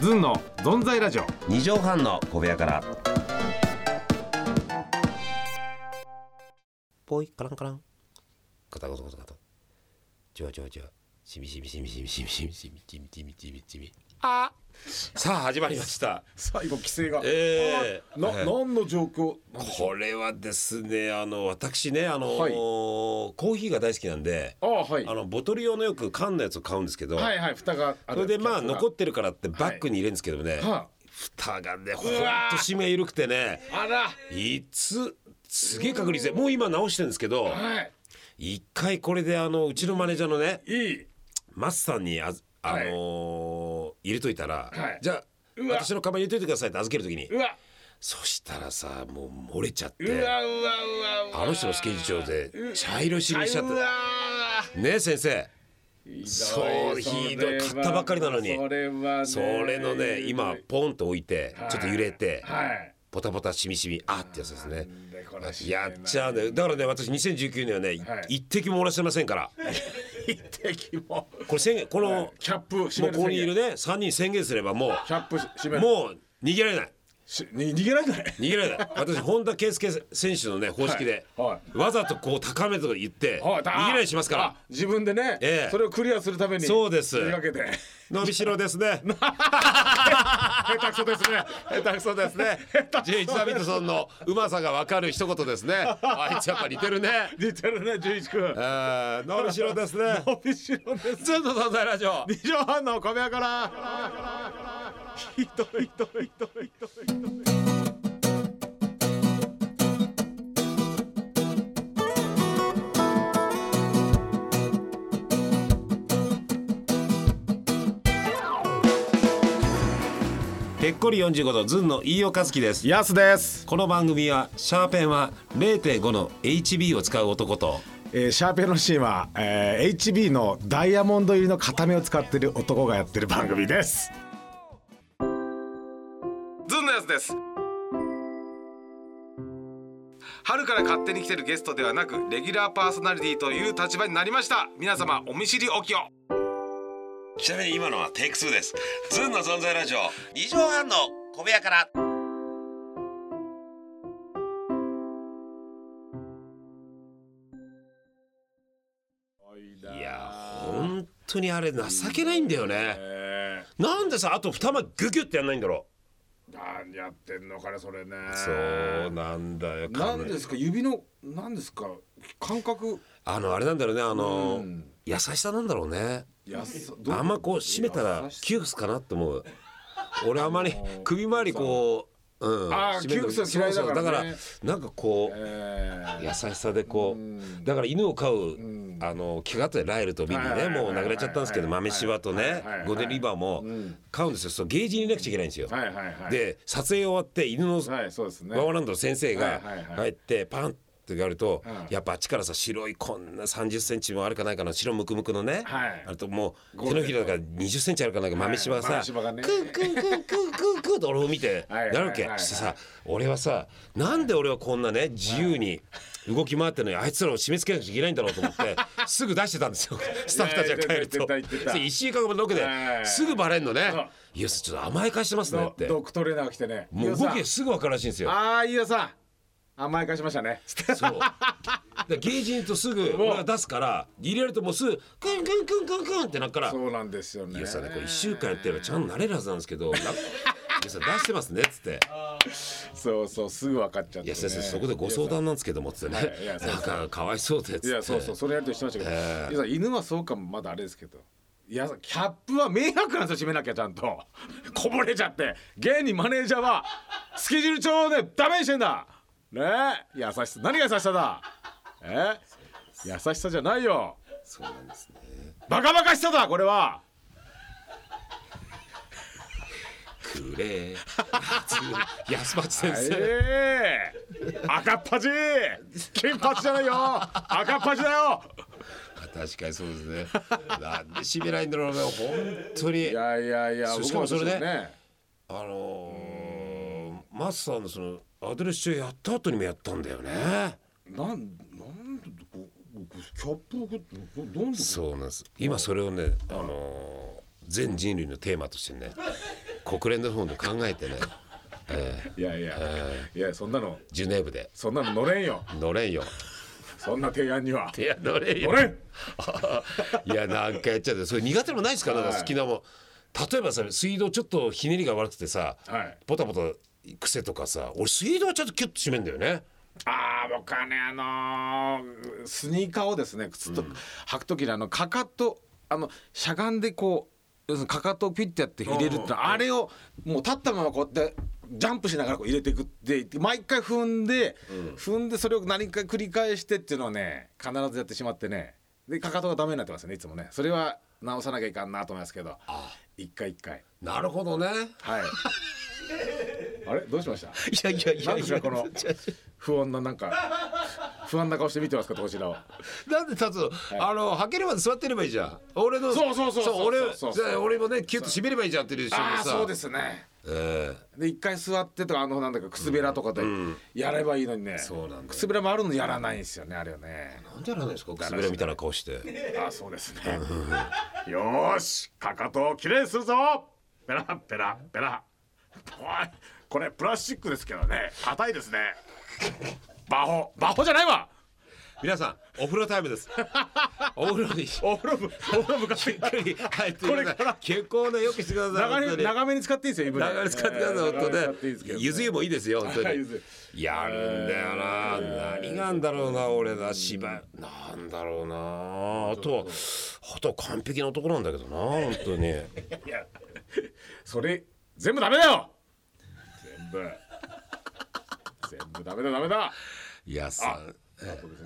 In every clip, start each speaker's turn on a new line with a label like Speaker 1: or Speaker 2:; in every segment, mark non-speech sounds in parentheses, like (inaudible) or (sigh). Speaker 1: ずんのぞんざいラジオ
Speaker 2: 二畳半の小部屋からぽいカランカランガタガタガタガタちょちょちょしみしみしみしみしみしみしみしみしみしみしみあさあ始まりました
Speaker 1: 最後規制が
Speaker 2: ええ
Speaker 1: な、何の状況なんでしょう
Speaker 2: これはですねあの私ねあの、
Speaker 1: はい
Speaker 2: コーヒーが大好きなんで
Speaker 1: ああはい
Speaker 2: あのボトル用のよく缶のやつを買うんですけど、
Speaker 1: はいはい蓋があ
Speaker 2: そ
Speaker 1: る
Speaker 2: れでま
Speaker 1: キャ
Speaker 2: あ
Speaker 1: ップが
Speaker 2: 残ってるからってバッグに入れるんですけどもね、
Speaker 1: は
Speaker 2: 蓋がねほん
Speaker 1: わ
Speaker 2: と締め緩くてね
Speaker 1: ああら
Speaker 2: いつすげえ確率でもう今直してるんですけど
Speaker 1: はい
Speaker 2: 一回これであのうちのマネージャーのね
Speaker 1: いい
Speaker 2: マスさんにあずあのー入れといたら、
Speaker 1: はい
Speaker 2: じゃあ
Speaker 1: うわ
Speaker 2: 私のカバンに入れといてくださいって預ける時に
Speaker 1: うわ
Speaker 2: そしたらさもう漏れちゃっ
Speaker 1: うわう
Speaker 2: て
Speaker 1: わうわうわ
Speaker 2: あの人のスケジュール帳で茶色いしみしちゃっ
Speaker 1: うわ
Speaker 2: てね先生
Speaker 1: ひどい
Speaker 2: そうひどい買ったばっかりなのに
Speaker 1: それはね
Speaker 2: それのね今ポンと置いてちょっと揺れて
Speaker 1: はい
Speaker 2: ポタポタしみしみあってやつですね
Speaker 1: でこれは知ら
Speaker 2: や
Speaker 1: ない
Speaker 2: っちゃうねだからね私2019年はね、
Speaker 1: はい
Speaker 2: 一滴も漏らしてませんから
Speaker 1: 一滴も
Speaker 2: これ宣言この、
Speaker 1: キャップ閉
Speaker 2: も
Speaker 1: め
Speaker 2: うこ
Speaker 1: る
Speaker 2: こにいるね3人宣言すればもう
Speaker 1: キャップ閉める
Speaker 2: もう逃げられない
Speaker 1: しに逃げられない
Speaker 2: 逃げられない私本田圭佑選手のね方式で、
Speaker 1: は
Speaker 2: わざとこう高めとか言って、
Speaker 1: はい
Speaker 2: 逃げないようにしますから
Speaker 1: あ自分でね、
Speaker 2: ええ
Speaker 1: それをクリアするために
Speaker 2: そうです
Speaker 1: 振りかけて
Speaker 2: 伸びしろですね
Speaker 1: (laughs) 下手くそですね
Speaker 2: 下手くそですね J1 ダビッドソンのうまさが分かる一言ですねあいつやっぱ似てるね
Speaker 1: 似てるね十一君
Speaker 2: あー伸びしろですね
Speaker 1: 伸びしろです
Speaker 2: ずっと存在ラジオ
Speaker 1: 二畳半の小部屋からひどいひどいひどいひどいひどい
Speaker 2: ぺっこり45度ズンの飯尾和樹です
Speaker 1: ヤスです、
Speaker 2: この番組はシャーペンは0.5の HB を使う男と
Speaker 3: えーシャーペンのシーンは、えー HB のダイヤモンド入りの片目を使ってる男がやってる番組です
Speaker 1: ズンのやつです春から勝手に来てるゲストではなくレギュラーパーソナリティという立場になりました皆様お見知りおきを
Speaker 2: ちなみに今のはテイク2ですズンの存在ラジオ2畳半の小部屋からいや本当にあれ情けないんだよね
Speaker 1: え
Speaker 2: なんでさあと二枚ギュギュってやんないんだろ
Speaker 1: ー、何やってんのかねそれね
Speaker 2: うそうなんだよ
Speaker 1: なんですか指のなんですか感覚
Speaker 2: あのあれなんだろうねあの、
Speaker 1: うん
Speaker 2: 優しさなんだろうね
Speaker 1: やさど
Speaker 2: あんまこう締めたら
Speaker 1: 優しさ
Speaker 2: 窮屈かなって思う俺あまり首周りこう、うん、
Speaker 1: あー
Speaker 2: 締めるの
Speaker 1: 窮屈は嫌いだからね
Speaker 2: そうそうだからなんかこう
Speaker 1: えー
Speaker 2: 優しさでこ
Speaker 1: うん
Speaker 2: うだから犬を飼う、
Speaker 1: ん
Speaker 2: あの怪我とライルとビリ
Speaker 1: はいはい
Speaker 2: ね
Speaker 1: はいはい
Speaker 2: もう殴られちゃったんですけど
Speaker 1: はいはいはい
Speaker 2: 豆柴とね
Speaker 1: はいはい
Speaker 2: ゴデリバーも
Speaker 1: うん
Speaker 2: 飼うんですよそうゲージに入れなくちゃいけないんですよ。
Speaker 1: はいはいはい
Speaker 2: で撮影終わって犬の
Speaker 1: はいそうですね
Speaker 2: ワンワランドの先生
Speaker 1: は
Speaker 2: が
Speaker 1: いはいはい
Speaker 2: 入ってパンってやると、
Speaker 1: うん
Speaker 2: やっぱあっちからさ白いこんな3 0ンチもあるかないかの白むくむくのね、
Speaker 1: はい
Speaker 2: あれともう手のひらだから2 0ンチあるかないか豆柴が
Speaker 1: はい豆
Speaker 2: さ、
Speaker 1: 柴がね
Speaker 2: クンクンクンクンクンクンと俺を見て
Speaker 1: はいはいはい
Speaker 2: なるわけ
Speaker 1: はい
Speaker 2: してさ俺はさなんで俺はこんなね自由に動き回ってるのにあいつらを締め付けなくちゃいけないんだろうと思ってすぐ出してたんですよスタッフたちが帰る
Speaker 1: 言ってた言ってた
Speaker 2: と1週間後のロケで
Speaker 1: はい
Speaker 2: すぐバレんのね
Speaker 1: そう
Speaker 2: 「いやちょっと甘やかしてますね」っ
Speaker 1: ド
Speaker 2: て
Speaker 1: ドッグトレーナーが来てね
Speaker 2: も
Speaker 1: 飯
Speaker 2: う動
Speaker 1: 尾さん
Speaker 2: きがすぐ分かるらしいんですよ。
Speaker 1: ああ、飯尾さん。甘やかしましたね。
Speaker 2: そう。で芸人とすぐ
Speaker 1: もう
Speaker 2: 俺が出すから入れるともうすぐクンクンクンクンクンってなるから「
Speaker 1: そうなんですよね。
Speaker 2: いやさねこれ1週間やってればちゃんと慣れるはずなんですけどないやさ出してますね」っつって
Speaker 1: そうそう、すぐ分かっちゃっ
Speaker 2: 「
Speaker 1: て、ね。
Speaker 2: いや先生そこでご相談なんですけども」っつってね
Speaker 1: いや
Speaker 2: 「
Speaker 1: そうそう
Speaker 2: なんかか (laughs) わいそうで」っつって
Speaker 1: いや、そうそう、それやるとしてましたけど。
Speaker 2: ええ
Speaker 1: いや、犬はそうかも、まだあれですけど。いや、キャップは迷惑なんですよ、閉めなきゃちゃんと。 (laughs) こぼれちゃって。現にマネージャーは。スケジュール帳で、ダメにしてんだ。ねえ、優しさ、何が優しさだ。え優しさじゃないよ。
Speaker 2: そうなんですね
Speaker 1: バカバカしさだ、これは。
Speaker 2: くれ安町先生
Speaker 1: ええ赤っ端金髪じゃないよ赤っ端だよ
Speaker 2: 確かにそうですねなんで締めないんだろうね本当に
Speaker 1: いやいやいや
Speaker 2: そう
Speaker 1: 僕
Speaker 2: しかもそれね
Speaker 1: 私ね
Speaker 2: あのーマスさんのそのアドレス帳やった後にもやったんだよね。
Speaker 1: なんなんでここキャップをここどんどん
Speaker 2: そうなんです今それをね、あのー全人類のテーマとしてね国連の方で考えてね、え
Speaker 1: いやいや、いやそんなの
Speaker 2: ージュネーブで
Speaker 1: そんなの乗れんよ
Speaker 2: 乗れんよ
Speaker 1: そんな提案にはい
Speaker 2: や乗れんよ
Speaker 1: 乗れん
Speaker 2: いやなんかやっちゃってそれ苦手もないですかなんか好きなもん、例えばさ水道ちょっとひねりが悪くてさ、
Speaker 1: はい
Speaker 2: ポタポタ癖とかさ俺水道はちょっとキュッと閉めんだよね
Speaker 1: ああ僕はねあのースニーカーをですね靴と履く時にあのかかとあのしゃがんでこう要するにかかとをピッてやって入れるってのはあれをもう立ったままこうやってジャンプしながらこう入れていくって毎回踏んで、踏んでそれを何回繰り返してっていうのをね必ずやってしまってねでかかとがダメになってますよねいつもねそれは直さなきゃいかんなと思いますけど一回一回
Speaker 2: なるほどね
Speaker 1: はいあれどうしました
Speaker 2: いやいやい
Speaker 1: なんですかこの不穏ななんか不安な顔して見てますかこちらを
Speaker 2: なんで立つの、あの履けるまで座ってればいいじゃん俺の
Speaker 1: そうそうそうそう
Speaker 2: 俺
Speaker 1: そうそう
Speaker 2: じゃあ俺もねキュッと閉めればいいじゃんっていう一緒に
Speaker 1: ああ
Speaker 2: さ
Speaker 1: そうですね
Speaker 2: え
Speaker 1: で一回座ってとかあのなんだか靴べらとかでやればいいのにね、
Speaker 2: そうなんだよ
Speaker 1: 靴べらもあるのやらないんですよねあれはね
Speaker 2: ーなんでやらないですかくすべらみたいな顔して
Speaker 1: ああそうですねよーしかかとをきれいにするぞペラペラペラおいこれプラスチックですけどね硬いですねバホバホじゃないわ
Speaker 2: (laughs) 皆さんお風呂タイムです (laughs) お風呂に
Speaker 1: お風呂部お風呂部か
Speaker 2: ゆっくり入って
Speaker 1: こ
Speaker 2: く
Speaker 1: れ
Speaker 2: だ
Speaker 1: か
Speaker 2: さい
Speaker 1: ら
Speaker 2: 結構ねよくしてください
Speaker 1: 長
Speaker 2: 本当
Speaker 1: め
Speaker 2: に
Speaker 1: 長めに使っていいですよイブね
Speaker 2: 流れ使ってください、
Speaker 1: え
Speaker 2: 本
Speaker 1: ー長めに
Speaker 2: 当
Speaker 1: 使っていいですけ
Speaker 2: ね。
Speaker 1: どね
Speaker 2: (laughs) ゆず湯もいいですよ、本当
Speaker 1: はい
Speaker 2: に
Speaker 1: (laughs) ゆず。
Speaker 2: やるんだよな、何があんだろうな、俺な、芝居。なんだろうな、あとは、あとは完璧な男なんだけどな、本当 (laughs) に。
Speaker 1: いやそれ全部ダメだよ全部全部ダメだダメだ
Speaker 2: いやさ、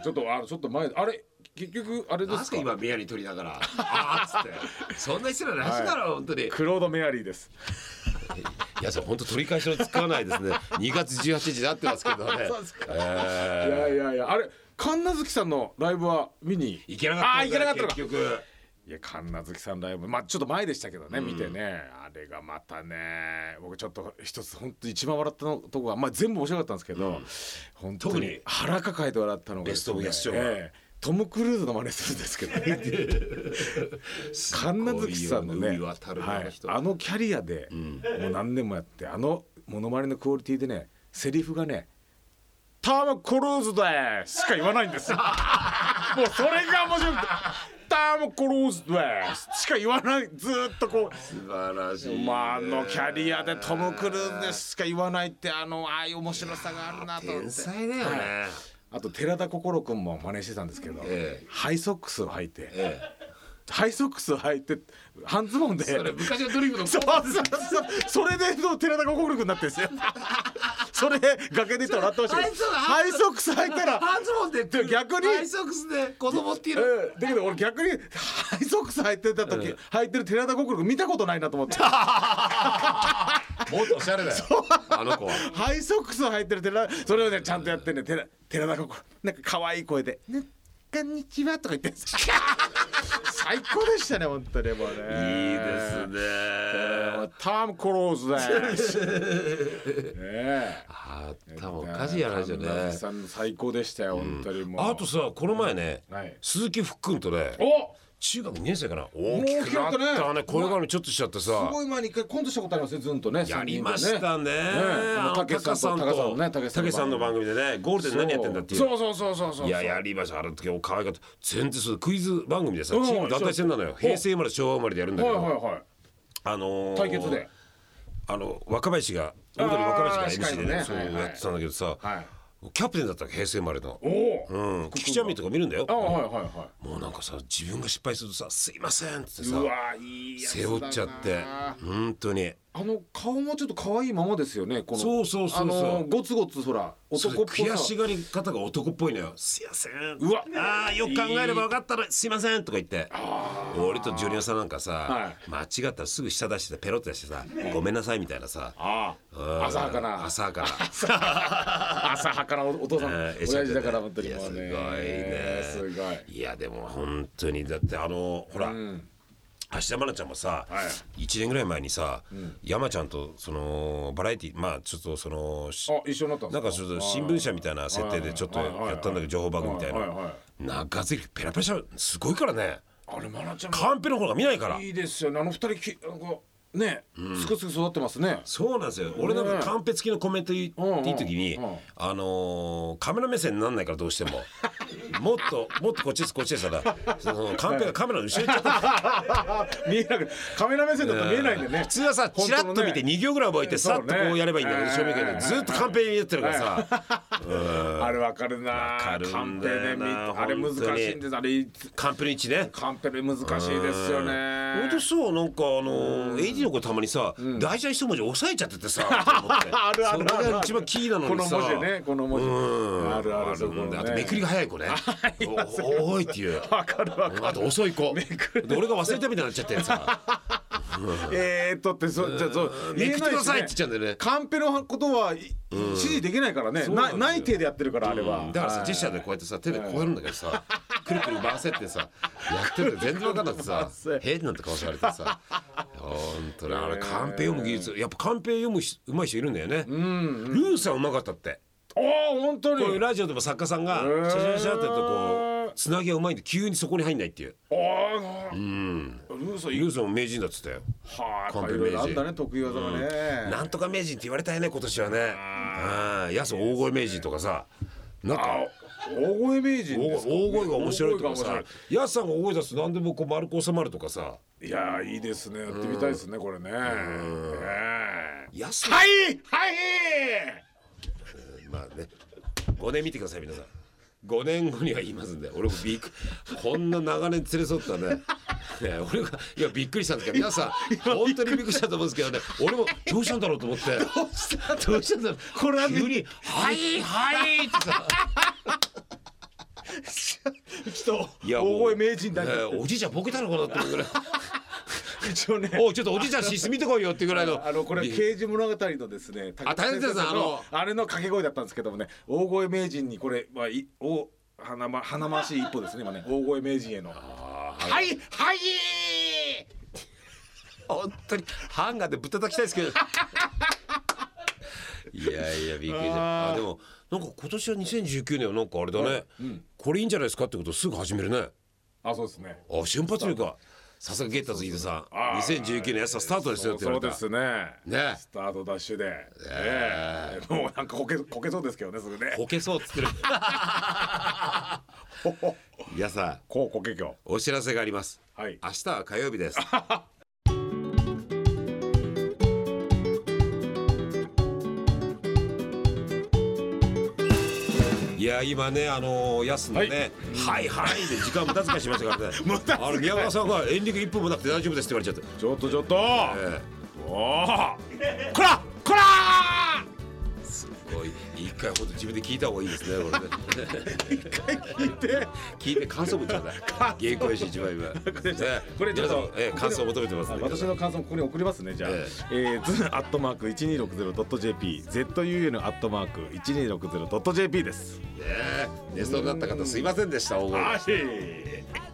Speaker 1: ちょっとあのちょっと前あれ結局あれで
Speaker 2: なん
Speaker 1: す
Speaker 2: すか
Speaker 1: か
Speaker 2: 今メアリー取りながら。 (laughs) あーっつって。 (laughs) そんな失礼な話だろ、本当に。い
Speaker 1: クロード・メアリーです
Speaker 2: や、そう、本当取り返しのつかない (laughs) ですね。2月18日になってますけど (laughs) ね。
Speaker 1: い
Speaker 2: えー
Speaker 1: やいやいやあれ神奈月さんのライブは見に
Speaker 2: いけなかったんだよ。
Speaker 1: あーいけなかったのか
Speaker 2: 結局。
Speaker 1: いや神奈月さんライブまあちょっと前でしたけどね、見てねあれがまたね僕ちょっと一つ本当一番笑ったのとこは、まあ、全部面白かったんですけど、本当
Speaker 2: 特
Speaker 1: に
Speaker 2: に
Speaker 1: 腹抱えて笑ったのがですね、
Speaker 2: ベストオブヤスショー
Speaker 1: ええトム・クルーズの真似するんですけど
Speaker 2: (laughs)
Speaker 1: ね神奈月さんの
Speaker 2: すご
Speaker 1: ね
Speaker 2: いよ海渡るな
Speaker 1: は
Speaker 2: あの
Speaker 1: い
Speaker 2: 人
Speaker 1: あのキャリアで、もう何年もやってあのモノマネのクオリティでねセリフがね「トム・クルーズです」しか言わないんですよ。もうそれが面白くて「タム・クルーズです」しか言わないずーっとこう。
Speaker 2: 素晴らしいね。
Speaker 1: まあ、あのキャリアでトム・クルーズですしか言わないってあのああいう面白さがあるなと思って
Speaker 2: 天才だよね。
Speaker 1: あと寺田心君も真似してたんですけど、
Speaker 2: ええ
Speaker 1: ハイソックスを履いて、
Speaker 2: え
Speaker 1: ハイソックスを履いて半ズボンで
Speaker 2: え、それ昔のドリームの (laughs)
Speaker 1: そうそうそうそれでの寺田心君になってるんですよそれ崖で笑ってましたけど
Speaker 2: ハ
Speaker 1: ハイソックス履いたら
Speaker 2: 半ズボンでって
Speaker 1: で逆に
Speaker 2: ハイソックスで子供っていうの
Speaker 1: うんだけど俺逆にハイソックス履いてた時、履いてる寺田心君見たことないなと思って
Speaker 2: もっとおしゃれだよあの (laughs) 子は
Speaker 1: ハイソックスを履いてる寺田それをねちゃんとやってね寺寺田心なんか可愛い声で「ねこんにちは」とか言ってんです最高でしたね本当にもうね
Speaker 2: いいですね
Speaker 1: タム・クロー
Speaker 2: (laughs)
Speaker 1: ズですねえ
Speaker 2: あったもおかしいやないじゃね
Speaker 1: 神田さん最高でしたよ本当にもう
Speaker 2: あとさこの前ね
Speaker 1: はい
Speaker 2: 鈴木福君とね
Speaker 1: お
Speaker 2: 中学2年生かな大きくな
Speaker 1: 大きくな
Speaker 2: っ
Speaker 1: ったた
Speaker 2: ね
Speaker 1: ね
Speaker 2: 声がねちょっとしちゃってさ
Speaker 1: すごい前に一回コントしたことありますよずんとね
Speaker 2: やりましたねあ
Speaker 1: た
Speaker 2: の
Speaker 1: けさんと高さんのね
Speaker 2: たけ
Speaker 1: 武
Speaker 2: さんの番
Speaker 1: 組
Speaker 2: 組でねゴールデン何やってんだっていう
Speaker 1: そうそうそうそうそう
Speaker 2: い
Speaker 1: い
Speaker 2: ややりましたあの時お可愛かった全然そうクイズ番組でさチ
Speaker 1: うん
Speaker 2: ーム団体戦なのよ
Speaker 1: そう
Speaker 2: 平成生まれ昭和生まれでやるんだ
Speaker 1: はい
Speaker 2: けど
Speaker 1: はいはい
Speaker 2: あのー
Speaker 1: 対決で
Speaker 2: あの若林がオードリ
Speaker 1: あ
Speaker 2: ー
Speaker 1: ー
Speaker 2: 若林が MC でね
Speaker 1: 司
Speaker 2: そ
Speaker 1: 会
Speaker 2: う
Speaker 1: のねはいはい
Speaker 2: やってたんだけどさ
Speaker 1: はい
Speaker 2: キャプテンだったわけ平成生まれの
Speaker 1: おお
Speaker 2: うん菊池亜美とか見るんだよ
Speaker 1: あはいはいは
Speaker 2: もうなんかさ自分が失敗するとさ「すいません」っつって
Speaker 1: い
Speaker 2: さ
Speaker 1: うわいいやつだ
Speaker 2: 背
Speaker 1: な
Speaker 2: 負っちゃって本当に
Speaker 1: あの顔もちょっと可愛いままですよねこの
Speaker 2: そうそうそうそう
Speaker 1: あのゴツゴツほら
Speaker 2: そ
Speaker 1: 男
Speaker 2: れ
Speaker 1: っぽさ
Speaker 2: 悔しがり方が男っぽいのよ「すいません」
Speaker 1: うわ
Speaker 2: あーよく考えれば分かったら「すいません」とか言って俺とジュニアさんなんかさ
Speaker 1: は
Speaker 2: 間違ったらすぐ下出してさペロッと出してさ「ごめんなさい」みたいなさ
Speaker 1: あ
Speaker 2: うん
Speaker 1: あ浅はかな
Speaker 2: 浅はか
Speaker 1: (laughs)
Speaker 2: な
Speaker 1: 浅はかなおお父さん
Speaker 2: えー
Speaker 1: (laughs) 親父だから本当に
Speaker 2: いや
Speaker 1: もうね
Speaker 2: すごいね
Speaker 1: すごい
Speaker 2: いやでも本当にだってあのほら、橋田愛菜ちゃんもさ、
Speaker 1: は
Speaker 2: 一1年ぐらい前にさ、山ちゃんとそのバラエティまあちょっとそのし
Speaker 1: あ一緒になったん
Speaker 2: な
Speaker 1: です
Speaker 2: んかちょっと新聞社みたいな設定でちょっとやったんだけど情報番組みたい
Speaker 1: はいはいは
Speaker 2: ない長崎ペラペラしゃべるすごいからね
Speaker 1: あれマナちゃんも
Speaker 2: カンペの方が見ないから
Speaker 1: いいですよねあの二人きなんかね、すくすく育ってます
Speaker 2: (laughs)
Speaker 1: ね。
Speaker 2: そうなんですよ俺なんかカンペ付きのコメント言
Speaker 1: うんうん
Speaker 2: っていい時に、
Speaker 1: うん
Speaker 2: あのーカメラ目線になんないからどうして
Speaker 1: (laughs)
Speaker 2: ももっともっとこっちですこっちですだそのカンペがカメラの後ろに行っちゃった
Speaker 1: 見えなく、カメラ目線だと見えないんでね。
Speaker 2: 普通はさ
Speaker 1: 本
Speaker 2: チラ
Speaker 1: 当の
Speaker 2: ッ
Speaker 1: ね
Speaker 2: と見て2行ぐらい覚えてさっとこうやればいいんだけど
Speaker 1: そ
Speaker 2: 正
Speaker 1: うね
Speaker 2: 面か
Speaker 1: え
Speaker 2: らね
Speaker 1: え
Speaker 2: ずっとカンペやってるからさうん
Speaker 1: あれわかるな。
Speaker 2: わかるんだよな
Speaker 1: カンペで見て、あれ難しいんです。あれいつ、
Speaker 2: カンペの位置ね
Speaker 1: カンペで難しいですよ
Speaker 2: ほん
Speaker 1: ね
Speaker 2: と。そうなんかあの AD の子たまにさ大事な一文字押さえちゃっ
Speaker 1: (laughs)
Speaker 2: ててさと思って
Speaker 1: あるあるある
Speaker 2: それが一番キーなの
Speaker 1: この
Speaker 2: にさ
Speaker 1: 文字ね、この文字。
Speaker 2: うん
Speaker 1: あるあるそこ
Speaker 2: んで
Speaker 1: ね。
Speaker 2: あとめくりが早い
Speaker 1: (laughs)
Speaker 2: 子ねおおーいっていう
Speaker 1: わかるわか
Speaker 2: あ
Speaker 1: る。
Speaker 2: と遅い
Speaker 1: (laughs)
Speaker 2: 子で俺が忘れたみたいになっちゃってさ
Speaker 1: えーっとってそじゃあそう
Speaker 2: 「めくってください」って言っちゃうんだよね
Speaker 1: カンペのことはい指示できないからね、
Speaker 2: うなんだ
Speaker 1: な
Speaker 2: よ
Speaker 1: ない手でやってるからあれは、
Speaker 2: だから
Speaker 1: は
Speaker 2: さ
Speaker 1: い
Speaker 2: ジェスチャーでこうやってさ手でこうやるんだけど (laughs) さくるくる回せってさやってる全然分かんなくてさ「へえ」なんて顔されて (laughs) さほんとねあれカンペ読む技術やっぱカンペ読むしうまい人いるんだよねルーさんうまかったって
Speaker 1: おお本当
Speaker 2: こういう
Speaker 1: に
Speaker 2: ラジオでも作家さんがシャシャシャシャってやるとこうつなぎがうまいんで急にそこに入んないっていう
Speaker 1: おお
Speaker 2: うん
Speaker 1: ルーソ
Speaker 2: ル
Speaker 1: ー
Speaker 2: ーさんも名人だっつったよ
Speaker 1: はあ
Speaker 2: カンペ
Speaker 1: いろいろあんだ
Speaker 2: 明
Speaker 1: ね得意技がね、
Speaker 2: なんとか名人って言われたいね今年はねうんやす大声名人とかさなんか
Speaker 1: 大声名人
Speaker 2: 大
Speaker 1: ですか
Speaker 2: 声大声が面白いとか
Speaker 1: 大声
Speaker 2: さ
Speaker 1: が面白
Speaker 2: やすさんが大声出すと何でもこう丸く収まるとかさ
Speaker 1: いいやーいいですねやってみたいですねこれね、ねえ
Speaker 2: やす (laughs)
Speaker 1: はいはい
Speaker 2: まあね5年見てください皆さん5年後には言いますんで俺もびっくこんな長年連れ添ったねね俺がいやびっくりしたんですけど皆さん本当にびっくりしたと思うんですけどね俺もどうしたんだろうと思ってどうしたんだろうこれは急に「はいはい」ってさ
Speaker 1: ちょっと
Speaker 2: いや
Speaker 1: 大
Speaker 2: もう
Speaker 1: 声名人だけ、
Speaker 2: ねおじいちゃんボケたのかなって思うぐらい
Speaker 1: (laughs) 一応ね
Speaker 2: 「おいちょっとおじいちゃん進みてこいよ」ってぐらいの
Speaker 1: あのこれ刑事物語のですね
Speaker 2: あ
Speaker 1: 竹内
Speaker 2: 竹内さんあの
Speaker 1: あれの掛け声だったんですけどもね大声名人にこれはいお花ま花ましい一歩ですね今ね大声名人へのはいはい
Speaker 2: 本当にハンガーでぶったたきたいですけど。 (laughs) いやいやびっくりした。あでもなんか今年は2019年はなんかあれだね、これいいんじゃないですかってことをすぐ始めるね。
Speaker 1: あそうですね
Speaker 2: あ瞬発力か。さすがゲッターズ飯田さん。
Speaker 1: あー
Speaker 2: 2019年やさスタートですよって言
Speaker 1: そ
Speaker 2: わ
Speaker 1: う
Speaker 2: れ
Speaker 1: で
Speaker 2: た。
Speaker 1: すね
Speaker 2: ね
Speaker 1: スタートダッシュで、ね
Speaker 2: え
Speaker 1: もうなんかこけこけそうですけどねすぐね
Speaker 2: こけそうっつってる。 (laughs) いやさ
Speaker 1: こうこけきょ
Speaker 2: お知らせがあります。
Speaker 1: はい
Speaker 2: 明日は火曜
Speaker 1: (laughs)
Speaker 2: 日です。いや今ねあのー、やすのね、はい、はいで
Speaker 1: (laughs)
Speaker 2: 時間無駄遣いしましたからね。
Speaker 1: 無駄遣い
Speaker 2: あの宮川さんがエンディング一分もなくて大丈夫ですって言われちゃって。
Speaker 1: ちょっとちょっと、
Speaker 2: え
Speaker 1: おーこらこら
Speaker 2: えすごい一回ほんと自分で聞いた方がいいですね。これね
Speaker 1: 聞いて
Speaker 2: 聞いて感想も
Speaker 1: (laughs)
Speaker 2: ちょうだい。原稿用紙一枚分。
Speaker 1: これちょっと
Speaker 2: 皆さんええ感想を求めてます
Speaker 1: あ
Speaker 2: んで。
Speaker 1: 私の感想もここに送りますねじゃあ、
Speaker 2: え
Speaker 1: えー、ズンアットマーク 1260.jp ZUN アットマーク 1260.jp です
Speaker 2: ねえ寝そうになった方すいませんでした大声で。
Speaker 1: い